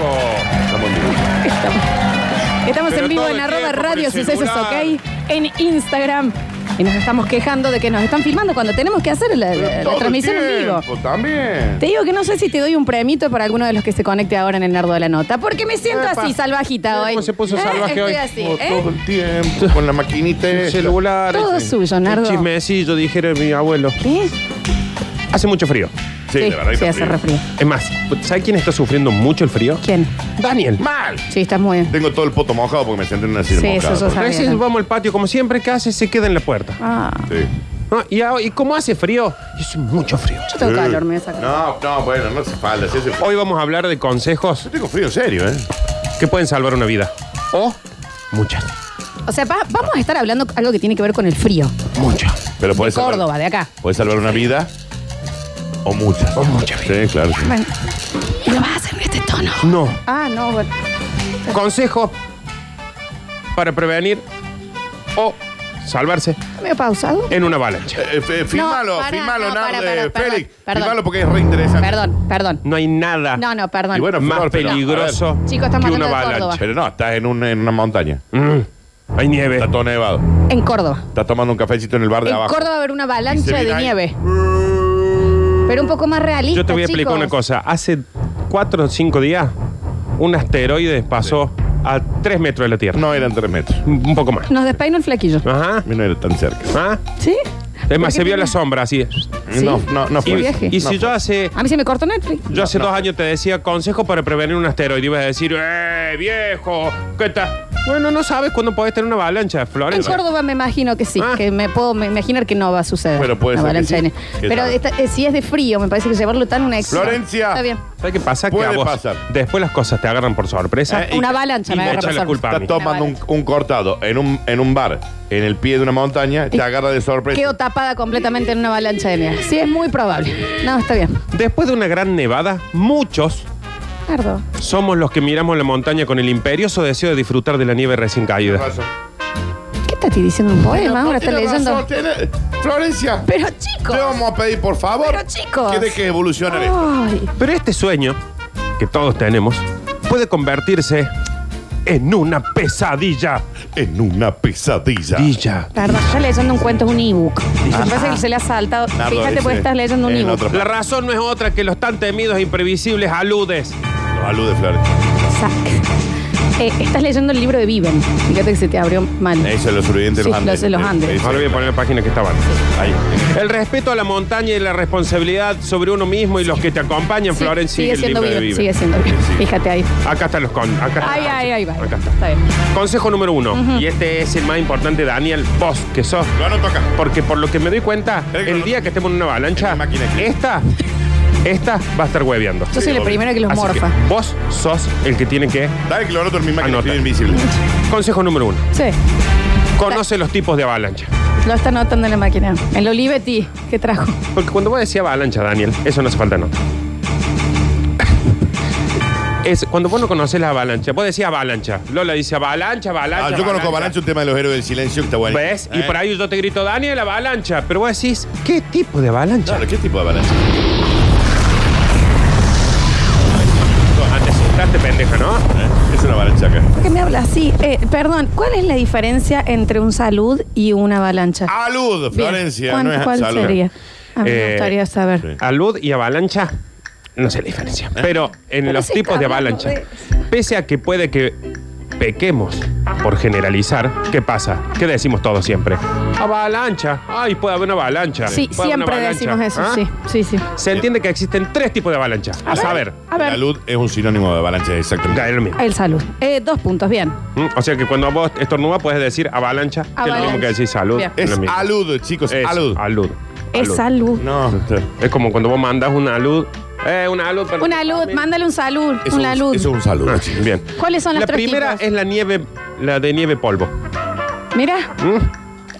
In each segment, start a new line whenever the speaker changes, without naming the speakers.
Oh.
Estamos
Pero
en vivo
todo
en
el
arroba
tiempo por
radio
el
sucesos
celular.
ok en Instagram. Y nos estamos quejando de que nos están filmando cuando tenemos que hacer la, la- la
Todo el
transmisión en vivo.
tiempo, También.
Te digo que no sé si te doy un premito para alguno de los que se conecte ahora en el Nardo de la Nota, porque me siento
Epa.
así, salvajita hoy.
Pues se puso
Eh,
salvaje
estoy
hoy.
así,
Como
¿eh?
Todo el tiempo, con la maquinita
El
esta.
celular.
Este, Todo
ese-
suyo, Nardo.
El chismecillo, dijera mi abuelo.
¿Qué?
Hace mucho frío.
Sí, la verdad que
sí,
está
hace
frío.
refrío.
Es más, ¿sabes quién está sufriendo mucho el frío?
¿Quién?
Daniel.
Mal.
Sí, estás muy bien.
Tengo todo el poto mojado porque me senté en una silla
Sí,
mojada.
eso, eso
porque-
Está
Recién
bien.
vamos al patio, como siempre, ¿qué hace? Se queda en la puerta.
Ah,
Sí.
No, y, a- y como hace frío, es mucho frío.
yo tengo
Sí.
calor, me voy a sacar.
No, no, bueno, no hace falta. sí hace falta.
Hoy vamos a hablar de consejos
Yo tengo frío en serio, ¿eh?
que pueden salvar una vida. O muchas.
O sea, va- vamos a estar hablando algo que tiene que ver con el frío.
Muchas.
Pero
De
puedes salvar-
Córdoba, de acá.
Puedes salvar una vida o muchas.
O muchas
Sí, claro. sí.
Bueno, y lo vas a hacer en este tono.
No.
Ah, no, bueno.
Consejos para prevenir o salvarse
¿Está medio pausado?
en una avalancha.
Eh, eh, firmalo,
No, pará,
firmalo,
no,
Nardo,
pará, pará,
eh,
perdón,
Félix.
perdón.
Firmalo porque es re interesante.
Perdón, perdón.
No hay nada
No, no, perdón.
Y bueno,
más
Flor, pero-
peligroso
Chicos,
que
estamos
una
hablando de Eh.
avalancha.
Pero no, estás en, un- en una montaña.
Mm, hay nieve.
Está todo nevado.
En Córdoba.
Estás tomando un cafecito en el bar de
En
abajo.
Córdoba va a haber una
Y se
avalancha de
viene ahí.
nieve. Pero un poco más realista.
Yo te voy a explicar
chicos.
una cosa. Hace cuatro o cinco días, un asteroide pasó a tres metros de la Tierra.
No eran tres metros.
Un poco más.
Nos despeino el flequillo.
Ajá.
A mí no era tan cerca.
¿Ah?
¿Sí?
Es
¿Por
más,
qué
se vio
tenés?
la sombra así.
Sí.
No, no, no
Y,
fue.
viaje.
y si
No
yo hace.
A mí se me cortó Netflix.
Yo hace dos años te decía consejo para prevenir un asteroide. Ibas a decir, ¡eh, viejo! ¿Qué tal? Bueno, no sabes cuándo podés tener una avalancha,
En
Florencia.
Córdoba me imagino que sí,
Ah.
que me puedo me- imaginar que no va a suceder.
Bueno, puede
una
ser que
avalancha
sí.
de nieve.
¿Qué
Pero
tal?
esta- eh, si es de frío, me parece que llevarlo tan una ex.
Florencia.
Está bien.
¿Sabes qué pasa? Que
Puede
a vos
pasar.
después las cosas te agarran por sorpresa.
Eh,
Una avalancha
y
me
me
agarra
echa
por
la
sorpresa.
culpa a mí.
Estás tomando un, un cortado en un, en un bar, en el pie de una montaña, te agarra de sorpresa.
Quedo tapada completamente en una avalancha de nieve. Sí, es muy probable. No, está bien.
Después de una gran nevada, muchos
Nardo.
somos los que miramos la montaña con el imperioso deseo de disfrutar de la nieve recién caída.
Tienes razón.
¿Qué estás diciendo un poema? Ahora estás
Tienes
leyendo.
razón, tienes- Florencia,
Pero
te
chicos.
vamos a pedir, por favor,
Pero, chicos. Ah.
que dejes evolucionar esto.
Ay,
Pero este sueño, que todos tenemos, puede convertirse en una pesadilla.
En una pesadilla.
Dilla.
Nardo, estás leyendo un cuento, es un ebook. Me parece que se le ha saltado.
Nardo,
Fíjate,
ese
pues estás leyendo un
en
ebook.
otro-
La razón no es otra que los tan temidos e imprevisibles aludes.
Los aludes, Florencia.
Sa- Eh, estás leyendo el libro de Viven. Fíjate que se te abrió mal.
Eso es los sobrevivientes de
Sí,
los Andes.
los de los Andes.
Eh, eh,
Ahora voy a poner la página que estaba antes.
Ahí.
El respeto a la montaña y la responsabilidad sobre uno mismo y los que te acompañan,
Sí,
Florencia.
sigue
el
siendo
libro de
Viven.
Vive.
Sigue siendo Viven.
Sí, sí.
Fíjate ahí.
Acá están los con. Acá está.
Ahí, ahí, ahí va.
Acá está.
Está bien.
Consejo número uno, y este es el más importante, Daniel, vos que sos
Lo anoto acá.
Porque por lo que me doy cuenta,
Eh,
el
no,
día
no.
que estemos en una avalancha,
En la máquina aquí.
esta, esta va a estar hueveando.
Yo soy el
obvio.
primero que los
Así que
morfa.
vos sos el que tiene que.
Dale que lo anoto en mi máquina
Anota.
escribir invisible.
Consejo número uno.
Sí.
Conoce los tipos de avalancha.
Lo está anotando en la máquina. El Olivetti que trajo.
Porque cuando vos decís avalancha, Daniel, eso no hace falta nota. Es cuando vos no conocés la avalancha, vos decís avalancha. Lola dice avalancha, avalancha.
Ah, yo conozco Avalanche, un tema de los héroes del silencio que está ¿eh? bueno.
¿Ves? Y por ahí yo te grito, Daniel, avalancha. Pero vos decís, ¿qué tipo de avalancha?
Claro, ¿qué tipo de avalanche?
Antes asustaste, pendeja, ¿no?
Eh, Es una avalancha acá.
¿Por qué me habla así? Eh, perdón, ¿cuál es la diferencia entre un salud y una avalancha?
Alud,
Bien.
Florencia,
¿Cuán-
no es
¿Cuál
salud.
sería? A mí me
Eh,
gustaría saber.
sí. Eh.
Alud y avalancha, no sé la diferencia. Pero en
Pero
los
sí,
tipos de
hablando
avalancha,
de-
pese a que puede que pequemos por generalizar, ¿qué pasa? ¿Qué decimos todos siempre? Avalancha. Ay, puede haber una avalancha.
Sí,
Puede haber una
siempre
avalancha.
decimos eso.
¿Ah?
Sí, sí, sí.
Se entiende que existen tres tipos de avalancha. A, saber,
A
La
ver,
luz es un sinónimo de avalancha,
ya, es
exactamente.
lo mismo.
el salud. Eh, dos puntos, bien.
¿Mm? O sea que cuando vos estornudas puedes decir avalancha, que es lo
Avalancha.
mismo que decir salud.
Bien.
Es
lo mismo.
alud, chicos,
Es
alud.
alud.
Es
Alud.
salud.
No,
Es como cuando vos mandas una luz. Eh, una luz. pero-
Una luz, mándale un salud.
es
Una
un,
luz.
Es un salud,
Ah,
chicos.
Bien.
¿Cuáles son las
La
tres
primera
tipos?
es la nieve, la de nieve polvo.
Mira,
¿Mm?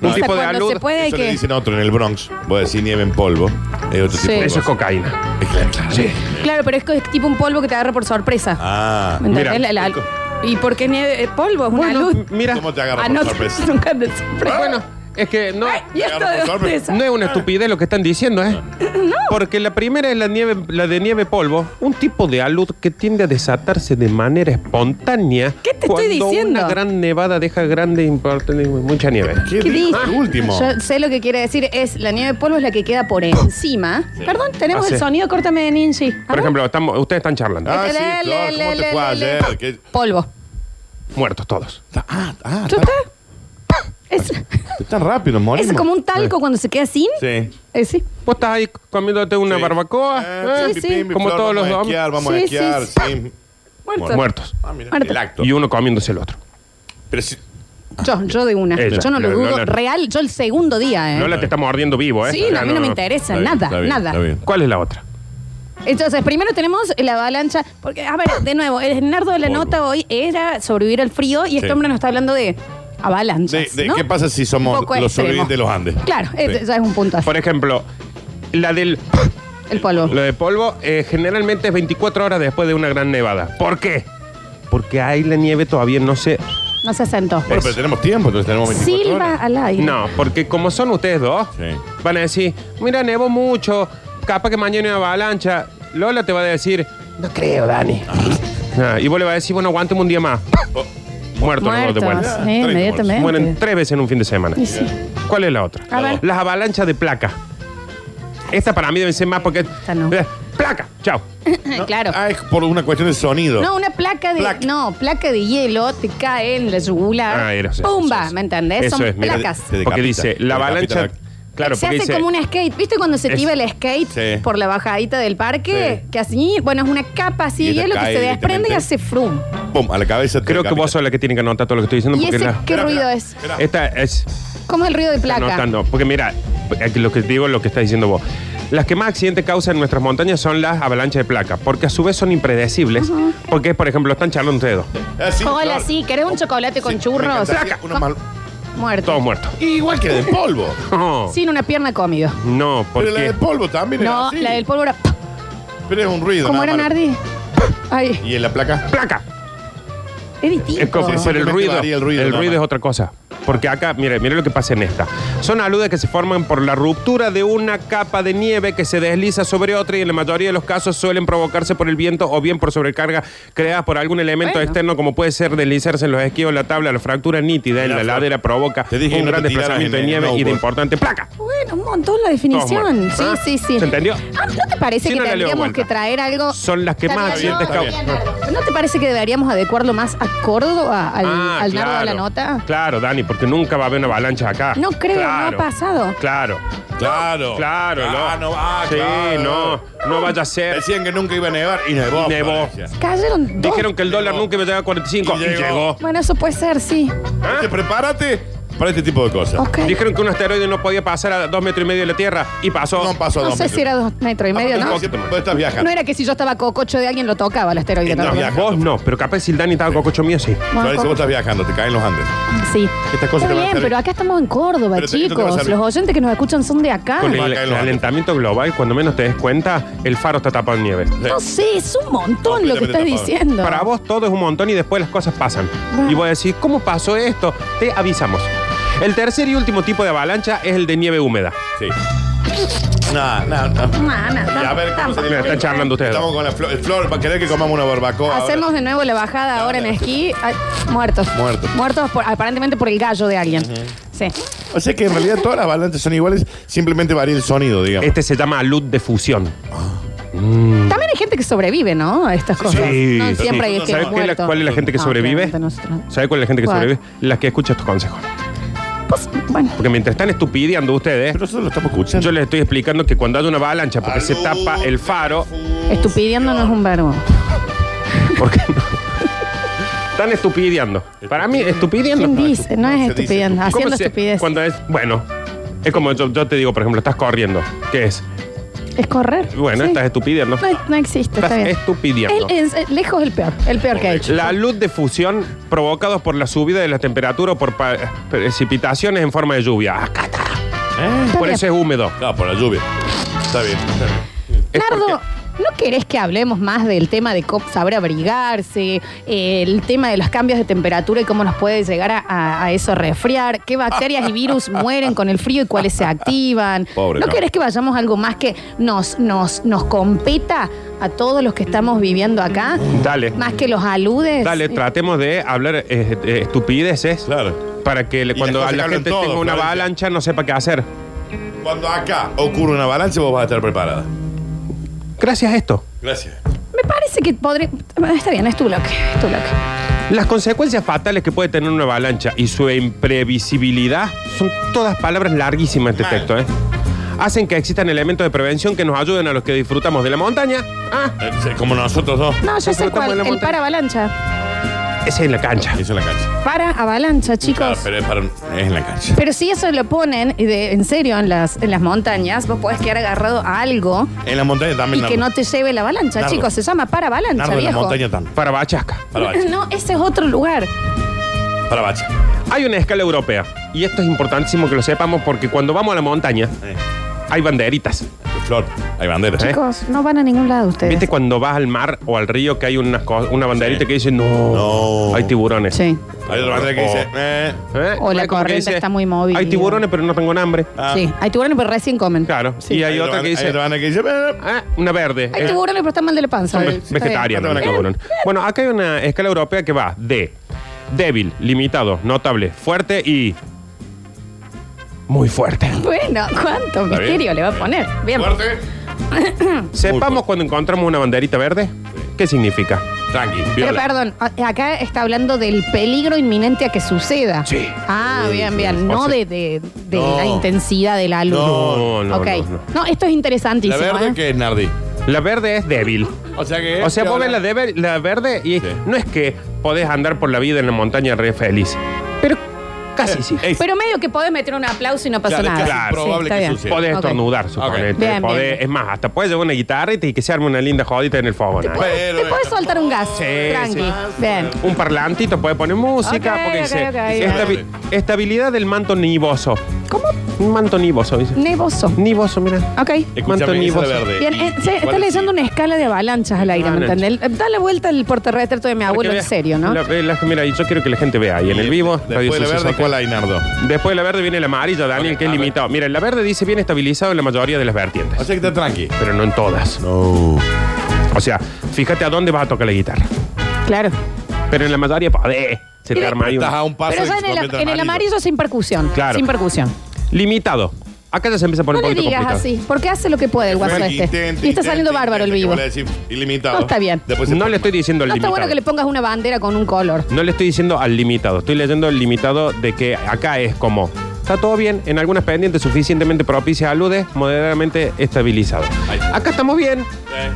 Un
Esta
tipo de
cuando
alud.
se puede
Eso le
que-
dicen a otro en el Bronx. Voy a decir nieve en polvo. Es otro
Sí.
tipo de
Eso es
cosa.
cocaína.
Es claro, claro.
claro, pero es co- es tipo un polvo que te agarra por sorpresa.
Ah.
¿Me entendés?
mira.
La- la- ¿Y por qué nieve? eh, polvo, es una
Bueno,
luz.
m- mira.
¿Cómo te agarra
Ah,
por
no,
sorpresa?
nunca te sorprende.
Bueno, Es que no,
Ay, ¿Y esto
Agarra
de
por
dónde
sorpresa.
sale?
no es una estupidez lo que están diciendo, ¿eh? Porque la primera es la, nieve, la de nieve polvo, un tipo de alud que tiende a desatarse de manera espontánea.
¿Qué te estoy
cuando
diciendo?
Una gran nevada deja grande e importante mucha nieve.
¿Qué, dijo el último?
Ah, Yo sé lo que quiere decir es la nieve de polvo es la que queda por encima. Perdón, tenemos
Ah, sí.
el sonido, córtame de Ninji. A
Por
ver.
ejemplo, estamos, ustedes están charlando.
Ah, sí,
Este, Le,
Flor,
le,
¿cómo
le,
te fue
le, le.
ayer? ¿Qué-
Polvo.
Muertos todos.
Ah, ah,
¿Ya está? Es,
tan, tan rápido, morimos.
es como un talco cuando se queda sin.
Ah, Sí.
Eh, sí.
Vos estás ahí comiéndote una
Sí.
barbacoa.
Eh,
¿eh?
sí,
pim, pim, pim,
Como
Flor,
todos los
Vamos a
dos.
esquiar, vamos a
Sí, sí,
esquiar,
sí.
sí.
Muerto.
Muertos.
Ah, mira,
Muerto.
el acto.
Y uno comiéndose el otro.
Pero si-
Yo, yo de una.
Ella.
Yo no lo
Lola,
dudo.
Lola.
Real, yo el segundo día, ¿eh?
Lola te está mordiendo vivo, ¿eh?
sí, no,
Ya
a mí no, me interesa
Está bien,
nada,
está bien,
nada.
está bien.
¿Cuál es la otra?
Entonces, primero tenemos la avalancha, porque, a ver, de nuevo, el nardo de la
Polvo.
nota hoy era sobrevivir al frío y este
Sí.
hombre nos está hablando de avalanchas,
De- de
¿no?
qué pasa si somos
Un poco
los
extremo.
sobrevivientes de los Andes.
Claro,
Sí.
ese ya es un punto.
Por ejemplo, la del
El polvo.
lo de polvo eh, generalmente es 24 horas después de una gran nevada. ¿Por qué? Porque ahí la nieve todavía no se...
No se asentó.
Bueno, pero tenemos tiempo, entonces tenemos 24
Silva
horas.
al aire.
No, porque como son ustedes dos,
Sí.
van a decir, mira, nevo mucho, capaz que mañana hay una avalancha. Lola te va a decir, no creo, Dani. Ah, y vos le vas a decir, bueno, aguántame un día más.
Oh,
Muerto, no, de
Muertos.
vuelta.
Sí, inmediatamente.
Mueren tres veces en un fin de semana.
Y sí.
¿Cuál es la otra?
A ver.
Las avalanchas de placa. Esta para mí debe ser más porque.
no.
Eh, Placa, chao.
no.
claro.
Ah, es por una cuestión de sonido.
No, una placa de.
Placa.
No, placa de hielo te cae en la yugular.
Ah, era, sí,
¡Pumba!
sí, sí.
¿Me entendés?
Eso
Son
es, mira,
placas.
Te
Porque
decapita,
dice,
te
la avalancha.
decapita.
Claro,
se
porque
hace
dice.
como un skate. ¿Viste cuando se
Es-
activa el skate
Sí.
por la bajadita del parque?
Sí.
Que así, bueno, es una capa así
Y
de
esta
hielo que
cae
se desprende y
directamente.
hace frum.
Pum, a la cabeza. te
Creo que
decapita.
vos sos la que tiene que anotar todo lo que estoy diciendo.
¿Y
Porque
ese
la-
qué
Espera,
ruido
espera,
es?
espera.
esta es.
¿Cómo es el ruido de placa?
Anotando. Porque mira, aquí lo que te digo es lo que estás diciendo vos. Las que más accidentes causan en nuestras montañas son las avalanchas de placa, porque a su vez son impredecibles. Porque, por ejemplo, están charlando entre dos.
Ah, sí,
Hola,
Flor.
sí, ¿querés un chocolate con
Sí, me
churros?
encantaría
Co-
unos mal-
Muerto.
Todos muertos.
Igual que de polvo.
No,
Sin una pierna comido.
no
Pero la
porque.
de polvo también era
No,
así.
la del polvo era.
Pero es un ruido.
¿Cómo
nada
era
más.
Nardi? Ay,
Y en la placa.
¡Placa!
es distinto.
Es como,
Sí, sí,
pero el
simplemente
ruido,
varía
el
el
ruido,
ruido, nada más.
es otra cosa. Porque acá, mire, mire lo que pasa en esta. Son aludes que se forman por la ruptura de una capa de nieve que se desliza sobre otra y en la mayoría de los casos suelen provocarse por el viento o bien por sobrecarga creada por algún elemento
Bueno.
externo como puede ser deslizarse en los esquíos, en la tabla, la fractura nítida en
Mira,
la
Flor,
ladera provoca
te dije que
un
no
gran
te tiraras
desplazamiento de
en el
nieve y de
snowboard.
importante placa.
Bueno, un montón la
Todos
definición.
muertos.
Sí,
Ah,
sí, sí.
¿se entendió?
Ah, ¿No te parece
Sí,
que
no la leo
tendríamos
vuelta.
que traer algo?
Son las que
Está
más
bien,
accidentes
no,
causan.
está bien. ¿No te parece que deberíamos adecuarlo más a Córdoba, al,
Ah,
al nardo de la nota?
Claro, Dani, porque nunca va a haber una avalancha acá.
No creo, no ha pasado.
Claro,
Claro.
claro,
Ah,
no.
no. Ah,
sí,
claro.
no, no vaya a ser.
Decían que nunca iba a nevar y nevó.
Nevó.
Florencia.
Cayeron dos.
Dijeron que el dólar
Llegó.
nunca iba a llegar a 45 y
Y
llegó.
llegó.
Bueno, eso puede ser, sí.
¿Eh?
Entonces, prepárate para este tipo de cosas.
Ok.
Dijeron que un asteroide no podía pasar a dos metros y medio de la Tierra y pasó.
No pasó a
No
dos Ah,
sé si era dos metros y medio, ¿no?
Vos estás viajando.
No era que si yo estaba cococho de alguien lo tocaba el asteroide.
No,
¿no?
viaja.
Vos no, pero capaz si el Dani estaba cococho mío, sí.
Bueno,
Florencia,
Córdoba.
vos estás viajando, te caen los Andes.
Sí.
Estas cosas
Está
te van a
bien,
servir.
pero acá estamos en Córdoba,
Pero te- esto te va a
chicos.
servir.
Los oyentes que nos escuchan son de acá.
Con
Va a
el,
caer los
calentamiento global, cuando menos te des cuenta, el faro está tapado en nieve.
No sé, es un montón lo que estás
Completamente tapado.
diciendo.
Para vos todo es un montón y después las cosas pasan. Y vos decís, ¿cómo pasó esto? Te avisamos. El tercer y último tipo de avalancha es el de nieve húmeda.
Sí. No, no, no.
No, no,
Y a
no,
ver cómo
tampoco.
se
Mira, están charlando ustedes.
Estamos con la flor. El flor va a querer que comamos una barbacoa. ahora.
Hacemos de nuevo la bajada ahora en
no,
esquí. Ay, muertos.
Muertos.
Muertos por- aparentemente por el gallo de alguien. Sí.
O sea que en realidad todas las avalanchas son iguales, simplemente varía el sonido, digamos.
Este se llama luz de fusión.
También hay gente que sobrevive, ¿no? A estas cosas.
sí,
no, siempre
sí.
hay que
¿Sabes
¿Sabes
qué
cuál es la- cuál es la gente que
No,
sobrevive?
claramente nosotros.
¿Sabes cuál es la gente que
¿Cuál?
sobrevive? Las que escucha tus consejos.
Pues, bueno.
Porque mientras están estupideando ustedes,
Pero nosotros lo estamos escuchando.
Yo les estoy explicando que cuando hay una avalancha porque se tapa el faro,
Estupideando no es un verbo.
porque no. Están estupideando. Para mí, estupideando.
¿Quién dice? No es
se dice
estupideando,
¿Cómo
haciendo
se-
estupidez.
Cuando es, bueno, es como yo, yo te digo, por ejemplo, estás corriendo. ¿Qué es?
Es correr.
Bueno,
Sí.
estás estupideando.
No, no existe, está
Estás
bien.
estupideando.
El- es- es- lejos el peor, el peor que ha hecho.
La luz de fusión provocados por la subida de la temperatura o por pa- precipitaciones en forma de lluvia. Acá está.
¿Eh?
Está
Por
bien.
eso es húmedo.
No, por la lluvia. Está bien. está bien.
Es
Nardo,
porque-
¿No querés que hablemos más del tema de cómo saber abrigarse, eh, el tema de los cambios de temperatura y cómo nos puede llegar a, a- a eso resfriar? ¿Qué bacterias y virus mueren con el frío y cuáles se activan?
Pobre,
¿No
no.
querés que vayamos a algo más que nos, nos, nos competa a todos los que estamos viviendo acá?
Dale.
Más que los aludes.
Dale, tratemos de hablar eh, eh, estupideces
Claro.
para que le-
Y
cuando
las
a
cosas
la
que
gente
hablan
tenga
todos,
una
Florencia.
avalancha no sepa qué hacer.
Cuando acá ocurre una avalancha, vos vas a estar preparada.
Gracias a esto.
Gracias.
Me parece que podré. Está bien, es tu bloque, es tu bloque.
Las consecuencias fatales que puede tener una avalancha y su imprevisibilidad son todas palabras larguísimas de
Mal.
texto, ¿eh? Hacen que existan elementos de prevención que nos ayuden a los que disfrutamos de la montaña. Ah,
Eh, sí, Como nosotros dos.
No, yo sé
Estamos en
cuál.
la
El
montaña.
para avalancha.
ese es en la cancha.
Eso es la cancha.
Para avalancha,
Claro,
chicos.
pero es, para un- es en la cancha.
Pero si eso lo ponen y de- en serio en las, en las montañas, vos podés quedar agarrado a algo
En la montaña
y
también.
que no
Nardo.
te lleve la avalancha,
Nardo.
chicos. Se llama para avalancha,
Nardo, en la
viejo.
montaña también.
Para bachasca.
Para Bacha.
No, ese es otro lugar.
Para Bacha.
Hay una escala europea. Y esto es importantísimo que lo sepamos porque cuando vamos a la montaña
Eh,
hay banderitas.
Flor, hay banderas. ¿eh?
Chicos, no van a ningún lado ustedes.
¿Viste cuando vas al mar o al río que hay una, una banderita
Sí.
que dice no,
No.
hay tiburones?
Sí.
Hay otra bandera que
O-
dice. eh,
¿Eh?
O la
Hay como que
corriente está muy movida.
Hay tiburones, pero no tengo hambre.
ah.
Sí. Hay tiburones, pero recién comen.
Claro.
Sí.
Y hay, otra
bande-
que dice.
Hay otra bandera que dice. eh,
Ah, una verde.
Hay
Eh,
tiburones, pero están mal de la panza.
son ve-
Está bien.
vegetarianos
Está
los
bien.
tiburones. Bueno, acá hay una escala europea que va de débil, limitado, notable, fuerte y muy fuerte.
Bueno, ¿cuánto
bien.
misterio le va a poner? Bien.
Fuerte.
Sepamos
fuerte.
cuando encontramos una banderita verde, ¿qué significa?
Tranqui.
Pero
viola.
perdón, a- acá está hablando del peligro inminente a que suceda.
Sí.
Ah,
Sí,
bien,
sí.
bien. No
O sea-
de, de- de
No.
la intensidad de la luz.
No,
no,
Ok.
no,
no.
no.
esto es interesantísimo.
La verde
¿eh?
que es Nardi.
La verde es débil.
O sea que. este
O sea, vos ves la,
de.
debe- la verde y
Sí.
no es que podés andar por la vida en la montaña re feliz, pero casi sí.
Pero medio que podés meter un aplauso y no pasa
Claro,
nada.
claro,
Sí,
probable
está
que
bien.
suceda.
Podés
Ok.
estornudar, suponete.
Ok.
Bien,
Podés-
bien.
Es más, hasta podés llevar una guitarrita y que se arme una linda jodita en el fogón. ahí.
Pero,
Te podés soltar un gas.
Sí,
tranqui.
sí.
Bien.
Un parlantito puede poner música.
Ok,
porque
ok,
dice,
ok,
estabi- estabilidad del manto nivoso.
¿Cómo?
Un manto nivoso, dice.
Neboso.
Nivoso, mira.
Ok.
Manto
Escúchame, esa
nivoso.
de verde.
Bien,
¿Y-
eh,
y
se- está
cuál-
leyendo una escala de avalanchas al aire, ¿me
Avalancha.
entendés? Da la vuelta el portarretrato de mi abuelo, en serio, ¿no?
La- eh, la- mira, yo quiero que la gente vea ahí en el vivo. Radio
Después de la
Sucesos.
verde, ¿cuál hay, Nardo?
Después de la verde viene la amarilla, Daniel,
Ok,
que es
a ver.
limitado. Mira, la verde dice bien estabilizado en la mayoría de las vertientes.
O sea que está tranqui.
pero no en todas.
No.
O sea, fíjate a dónde vas a tocar la guitarra.
Claro.
Pero en la mayoría, podés. Se te arma ahí
Estás
una-
a un paso
Pero
de
ya
que
en
se
el,
convierta en
en el amarillo sin percusión.
Claro.
Sin percusión.
Limitado. Acá ya se empieza a poner
No le
un poquito
digas
complicado.
así, porque hace lo que puede el guaso
Tranqui,
este.
intenta,
y está saliendo
intenta,
bárbaro el
intenta, que
vivo.
vos le decís Ilimitado.
No está bien.
Después se
No le estoy diciendo el
No está
limitado.
bueno que le pongas una bandera con un color.
No le estoy diciendo al limitado, estoy leyendo el limitado de que acá es como. Está todo bien, en algunas pendientes suficientemente propicias aludes, moderadamente estabilizado.
Ahí.
Acá estamos bien,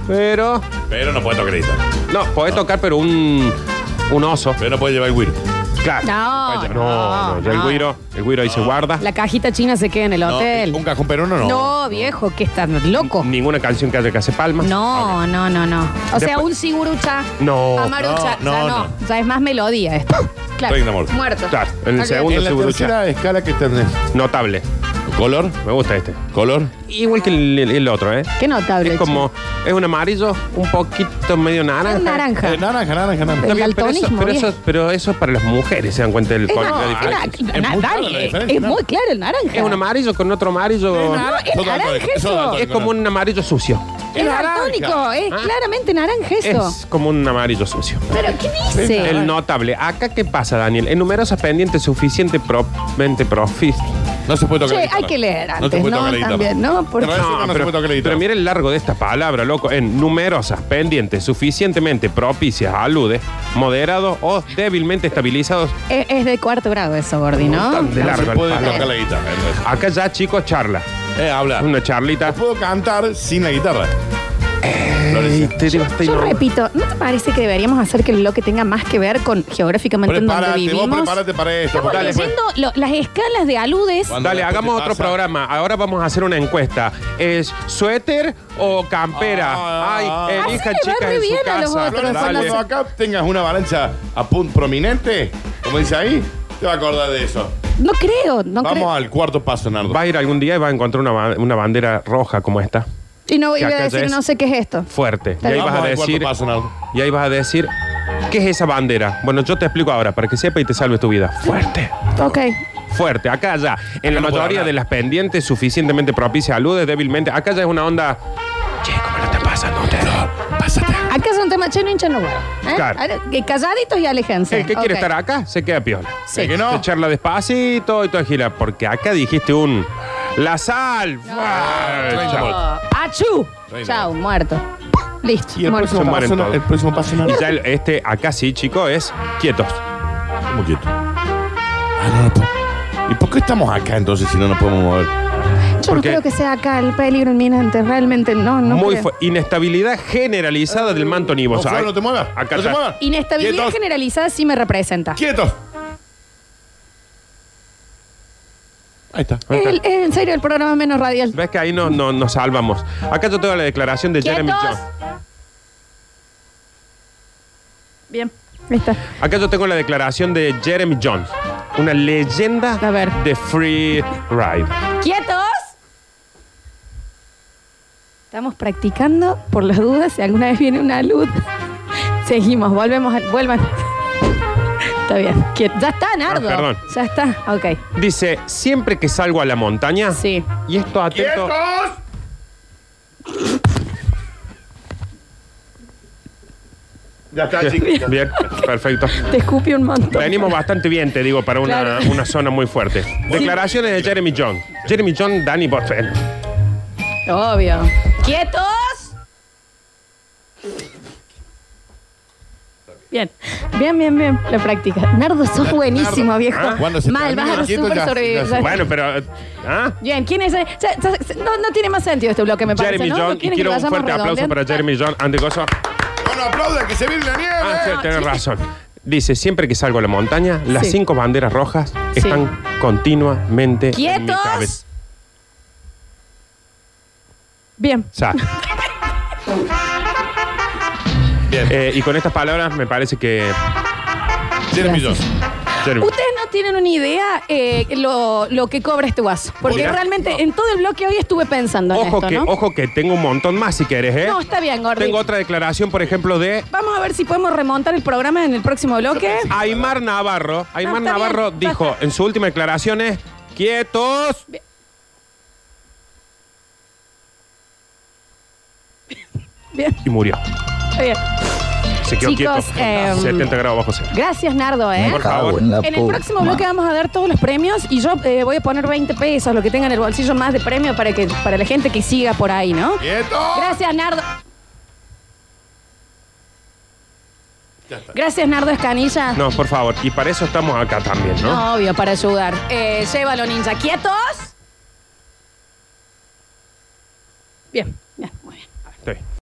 pero.
Pero no puede tocar la guitarra.
No, podés tocar, pero un. Un oso.
Pero no puede llevar el güiro.
Claro.
No,
No, no, ya el
no.
guiro. El guiro ahí se guarda.
La cajita china se queda en el
No,
hotel.
¿Un cajón peruano no?
No, viejo, que estás loco.
Ninguna canción que haya que hacer palmas.
No, no, no, no. O sea,
Después-
un sigurucha.
No,
Amarucha.
no,
ya
no,
no. Ya es más melodía esto. Claro.
Reina Morta.
Muerto.
Claro, en el
Ok.
segundo
En la
seguro.
tercera escala que tenés.
Notable.
¿Color?
Me gusta este.
¿Color?
Igual que el, el- el otro, ¿eh?
Qué notable.
Es como. Es un amarillo, un poquito medio
chico.
naranja.
Es naranja.
Eh, naranja, naranja, naranja.
El
Está bien, pero, eso,
daltonismo,
pero, eso,
bien.
pero eso es para las mujeres, se dan cuenta del
Es
color.
na-
la diferencia.
es na-
Es
na-
muy clara
dale,
la diferencia,
es
¿no?
muy claro el naranja.
es un amarillo con otro
No,
amarillo.
es
Son
naranja
daltónicos,
eso.
son daltónicos.
Es como un amarillo sucio.
Es daltónico, es
Ah.
claramente naranja eso.
Es como un amarillo sucio.
¿Pero qué dice?
El notable. Acá, ¿qué pasa, Daniel? En numerosas pendientes suficientemente profis.
No se puede tocar
Che,
la guitarra.
hay que leer
No se
antes,
puede
¿no?
tocar la guitarra.
También, ¿no? Porque-
Pero eso no se puede tocar la guitarra.
pero mira el largo de esta palabra, loco. En numerosas pendientes suficientemente propicias, aludes, moderados o débilmente estabilizados.
Es, es de cuarto grado eso, Gordi, ¿no?
Tan de
No
largo
se
el
puede
palo.
tocar la guitarra. entonces.
Acá ya, chicos, charla.
Eh, habla.
Una charlita.
Puedo cantar sin la guitarra.
Ey,
Florencia.
te digo, estoy
Yo
no-
repito, ¿no te parece que deberíamos hacer que el bloque tenga más que ver con geográficamente en donde
Prepárate, vos
vivimos?
prepárate para esto. pues.
Estamos
porque después-
leyendo lo- las escalas de aludes.
Cuando
Dale,
después
hagamos
te
otro
pasa-
programa. Ahora vamos a hacer una encuesta. ¿Es suéter o campera?
Ah, ah,
Ay,
ah.
elija
Hacele
chicas
ver
en
bien
su
a los
casa.
otros,
Florencia,
Dale.
cuando acá tengas una avalancha a punto prominente, como dice ahí, te va a acordar de eso.
No creo, no
Vamos
creo.
al cuarto paso, Nardo.
Va a ir algún día y va a encontrar una, ba- una bandera roja como esta.
Y no
Que
iba a
acá ya
decir,
es
no sé qué es esto.
Fuerte. Y
Está
ahí
bien.
vas a
Vamos a ver cuánto
decir.
pasa, Nardo.
Y ahí vas a decir. ¿Qué es esa bandera? Bueno, yo te explico ahora para que sepa y te salve tu vida. Fuerte.
Ok.
Fuerte, acá ya. En la
No puedo
mayoría
hablar.
de las pendientes suficientemente propicias a aludes débilmente. Acá ya es una onda. Che, ¿cómo no te pasa? No te Pásate.
Acá es un tema cheno, hincha no huevo. ¿eh?
Claro.
Ahora, que Calladitos y aléjense.
El
Eh,
que quiere
Ok.
estar acá se queda piola.
Sí.
El que no. Se charla despacito y todo gira. Porque acá dijiste un. La sal. Fuá,
No.
chao.
Ah, ¡Achú!
Reina.
Chao, muerto. Listo.
Y el
muerto.
próximo,
mueren
paso, Nardo,
todos.
el próximo paso, Nardo.
Y ya el- este acá sí, chico, es quietos.
Muy quieto. Ah, no, no puedo. ¿Y por qué estamos acá entonces si no nos podemos mover?
Yo no
porque-
creo que sea acá el peligro inminente. Realmente no, no.
Muy
creo.
fu- inestabilidad generalizada del manto
No,
nivoso.
Flor,
Ay,
no te muevas.
Acá
no te
está.
muevas.
Inestabilidad
Quietos.
generalizada sí me representa.
Quietos. Ahí está.
Es
Ahí está.
el- es en serio el programa menos radial.
Ves que ahí no, no- nos salvamos. Acá yo tengo la declaración de Jeremy
¡Quietos!
Jones.
Bien. Ahí está.
Acá yo tengo la declaración de Jeremy Jones, una leyenda
A ver.
de free ride.
¡Quietos! Estamos practicando por las dudas. Si alguna vez viene una luz, seguimos. Volvemos. al- Vuelvan. Está bien. Quiet- Ya está, Nardo.
Ah, perdón.
Ya está. Ok.
Dice, siempre que salgo a la montaña,
Sí.
y esto atento,
¡Quietos! Ya está, chicos.
bien, perfecto.
Te escupí un montón.
Venimos bastante bien, te digo, para una,
Claro.
una zona muy fuerte. Declaraciones de Jeremy Jones. Jeremy Jones, Danny Botfeld.
Obvio. ¡Quietos! Bien, bien, bien, bien. La práctica. Nardo, sos buenísimo, viejo.
¿Ah?
Cuando se
Mal,
termine
vas a los
el quieto,
super
ya-
sobrevivientes.
ya se-
Bueno, pero... eh, ¿ah?
Bien, ¿quién es? Ya- ya- ya- no, no tiene más sentido este bloque, me parece.
Jeremy
¿no?
Jones, y
¿Quieren que
quiero un
vayamos
fuerte aplauso
redondeando?
para Jeremy Jones. Ante gozo.
Bueno, aplauda, que se viene la nieve.
Ah, sí,
no,
tenés
sí.
razón. Dice, siempre que salgo a la montaña, las
Sí.
cinco banderas rojas
Sí.
están continuamente en mi
¡Quietos!
cabeza.
Bien.
O sea,
Bien,
eh, y con estas palabras me parece que...
Jeremy Jones.
Jeremy-
Ustedes no tienen una idea eh, lo, lo que cobra este guaso. Porque
Mira.
realmente en todo el bloque hoy estuve pensando en
Ojo
esto,
que,
¿no?
ojo que tengo un montón más si querés, ¿eh?
No, está bien, Gordi.
Tengo otra declaración, por ejemplo, de
Vamos a ver si podemos remontar el programa en el próximo bloque.
Aymar Navarro. Aymar
está
Navarro
bien,
dijo
basta.
en su última declaración es, quietos.
Bien,
Y murió.
está bien.
Se quedó
Chicos,
quieto.
em,
70 grados bajo cero.
Gracias, Nardo, ¿eh?
Por favor.
En el próximo bloque vamos a dar todos los premios y yo eh, voy a poner 20 pesos, lo que tenga en el bolsillo más de premio para que para la gente que siga por ahí, ¿no?
¡Quietos!
Gracias, Nardo.
Ya está.
Gracias, Nardo Escanilla.
No, por favor. Y para eso estamos acá también, ¿no?
No, obvio, para ayudar. Eh, llévalo, ninja. ¿Quietos? Bien, bien, muy bien.
Sí.